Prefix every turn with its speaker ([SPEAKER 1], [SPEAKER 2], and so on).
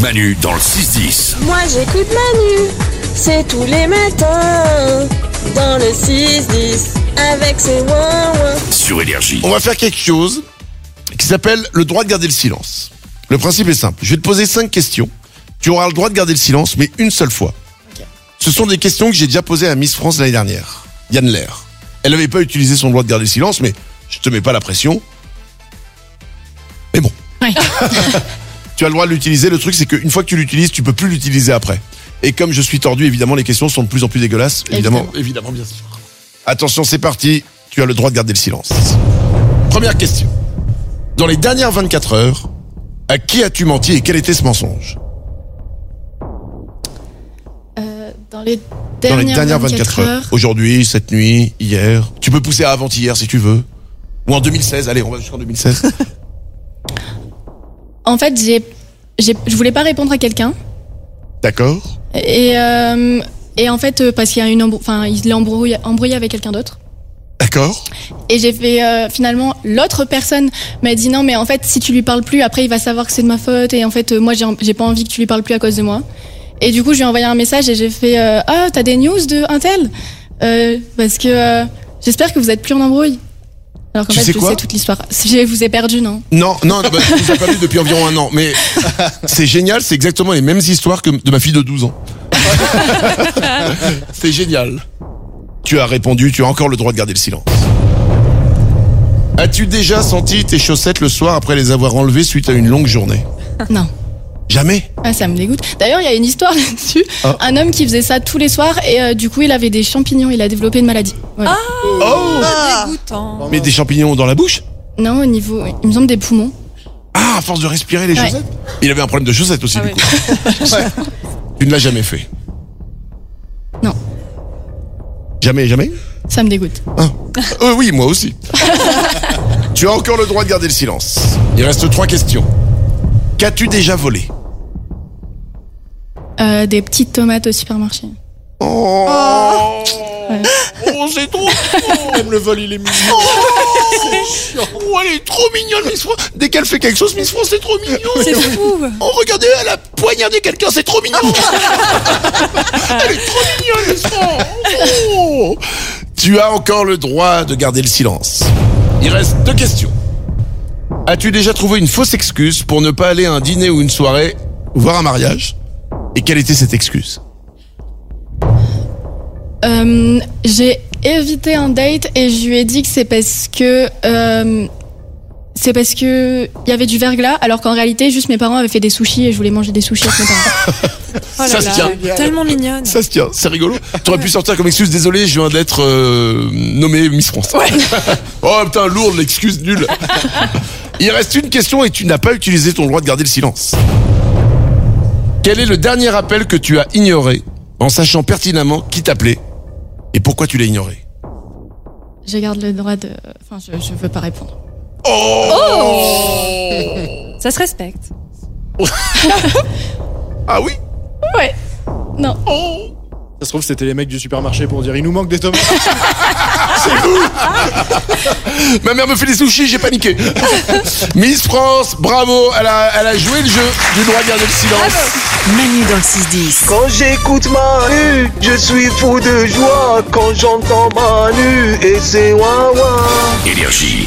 [SPEAKER 1] Manu dans le 6-10.
[SPEAKER 2] Moi j'écoute Manu, c'est tous les matins, dans le 6-10, avec ses ouin-ouin.
[SPEAKER 1] Sur Énergie.
[SPEAKER 3] On va faire quelque chose qui s'appelle le droit de garder le silence. Le principe est simple. Je vais te poser cinq questions. Tu auras le droit de garder le silence, mais une seule fois. Ce sont des questions que j'ai déjà posées à Miss France l'année dernière, Yann Lair. Elle n'avait pas utilisé son droit de garder le silence, mais je te mets pas la pression. Mais bon.
[SPEAKER 4] Ouais.
[SPEAKER 3] tu as le droit de l'utiliser. Le truc, c'est qu'une fois que tu l'utilises, tu peux plus l'utiliser après. Et comme je suis tordu, évidemment, les questions sont de plus en plus dégueulasses. Évidemment, évidemment, bien sûr. Attention, c'est parti. Tu as le droit de garder le silence. Première question. Dans les dernières 24 heures, à qui as-tu menti et quel était ce mensonge
[SPEAKER 4] Euh, dans les
[SPEAKER 3] Dans
[SPEAKER 4] dernières,
[SPEAKER 3] les dernières
[SPEAKER 4] 24 heures.
[SPEAKER 3] Aujourd'hui, cette nuit, hier. Tu peux pousser à avant-hier si tu veux. Ou en 2016. Allez, on va jusqu'en 2016.
[SPEAKER 4] En fait, j'ai, j'ai, je voulais pas répondre à quelqu'un.
[SPEAKER 3] D'accord
[SPEAKER 4] Et, euh, et en fait, euh, parce qu'il y a une embrou- enfin, il l'a embrouillé, embrouillé avec quelqu'un d'autre.
[SPEAKER 3] D'accord
[SPEAKER 4] Et j'ai fait euh, finalement l'autre personne m'a dit non mais en fait si tu lui parles plus après il va savoir que c'est de ma faute et en fait euh, moi j'ai, j'ai pas envie que tu lui parles plus à cause de moi. Et du coup j'ai envoyé un message et j'ai fait euh, ah t'as des news de un tel Euh, parce que euh, j'espère que vous êtes plus en embrouille. Alors qu'en
[SPEAKER 3] Tu
[SPEAKER 4] fait
[SPEAKER 3] sais
[SPEAKER 4] je
[SPEAKER 3] quoi
[SPEAKER 4] sais toute l'histoire. Je vous ai perdu non
[SPEAKER 3] Non, non, bah, je vous ai pas vu depuis environ un an. Mais c'est génial, c'est exactement les mêmes histoires que de ma fille de 12 ans. c'est génial. Tu as répondu, tu as encore le droit de garder le silence. As-tu déjà senti tes chaussettes le soir après les avoir enlevées suite à une longue journée
[SPEAKER 4] Non.
[SPEAKER 3] Jamais
[SPEAKER 4] Ah, ça me dégoûte. D'ailleurs, il y a une histoire là-dessus.
[SPEAKER 3] Ah.
[SPEAKER 4] Un homme qui faisait ça tous les soirs et euh, du coup, il avait des champignons. Il a développé une maladie. Voilà.
[SPEAKER 5] Ah.
[SPEAKER 3] Oh
[SPEAKER 5] Dégoûtant.
[SPEAKER 3] Mais des champignons dans la bouche
[SPEAKER 4] Non, au niveau, il me semble des poumons.
[SPEAKER 3] Ah, à force de respirer les
[SPEAKER 4] Ouais.
[SPEAKER 3] chaussettes Il avait un problème de chaussettes aussi, du
[SPEAKER 5] oui.
[SPEAKER 3] coup. Ouais. Tu ne l'as jamais fait
[SPEAKER 4] Non.
[SPEAKER 3] Jamais, jamais
[SPEAKER 4] Ça me dégoûte.
[SPEAKER 3] Ah. Euh, oui, moi aussi. tu as encore le droit de garder le silence. Il reste trois questions. Qu'as-tu déjà volé
[SPEAKER 4] Euh, des petites tomates au supermarché.
[SPEAKER 3] Oh,
[SPEAKER 4] Ouais.
[SPEAKER 3] Oh, c'est trop Même le vol, il est mignon. Oh, elle est trop mignonne, Miss France. Dès qu'elle fait quelque chose, Miss France, c'est trop mignon.
[SPEAKER 5] C'est fou.
[SPEAKER 3] Oh, regardez, elle a poignardé quelqu'un, c'est trop mignon. elle est trop mignonne, Miss France. Oh. Tu as encore le droit de garder le silence. Il reste deux questions. As-tu déjà trouvé une fausse excuse pour ne pas aller à un dîner ou une soirée, voire un mariage Et quelle était cette excuse
[SPEAKER 4] Euh, j'ai évité un date et je lui ai dit que c'est parce que euh, c'est parce que il y avait du verglas, alors qu'en réalité, juste mes parents avaient fait des sushis et je voulais manger des sushis avec mes parents.
[SPEAKER 5] Oh là
[SPEAKER 3] Ça se
[SPEAKER 5] là,
[SPEAKER 3] tient.
[SPEAKER 5] Tellement mignonne.
[SPEAKER 3] Ça se tient, c'est rigolo. T'aurais pu sortir comme excuse, désolé, je viens d'être euh, nommé Miss France. oh putain, lourde l'excuse nulle. Il reste une question et tu n'as pas utilisé ton droit de garder le silence. Quel est le dernier appel que tu as ignoré en sachant pertinemment qui t'appelait et pourquoi tu l'as ignoré
[SPEAKER 4] je garde le droit de. Enfin, je, je veux pas répondre.
[SPEAKER 5] Ça se respecte.
[SPEAKER 3] Ah oui Oh.
[SPEAKER 4] Ouais. Non.
[SPEAKER 6] Ça se trouve, c'était les mecs du supermarché pour dire il nous manque des tomates.
[SPEAKER 3] Ma mère me fait des sushis, j'ai paniqué. Miss France, bravo, elle a, elle a joué le jeu du droit de garder le silence.
[SPEAKER 7] Manu dans le 6-10.
[SPEAKER 8] Quand j'écoute Manu, je suis fou de joie. Quand j'entends Manu et c'est ouin ouin.
[SPEAKER 1] Énergie.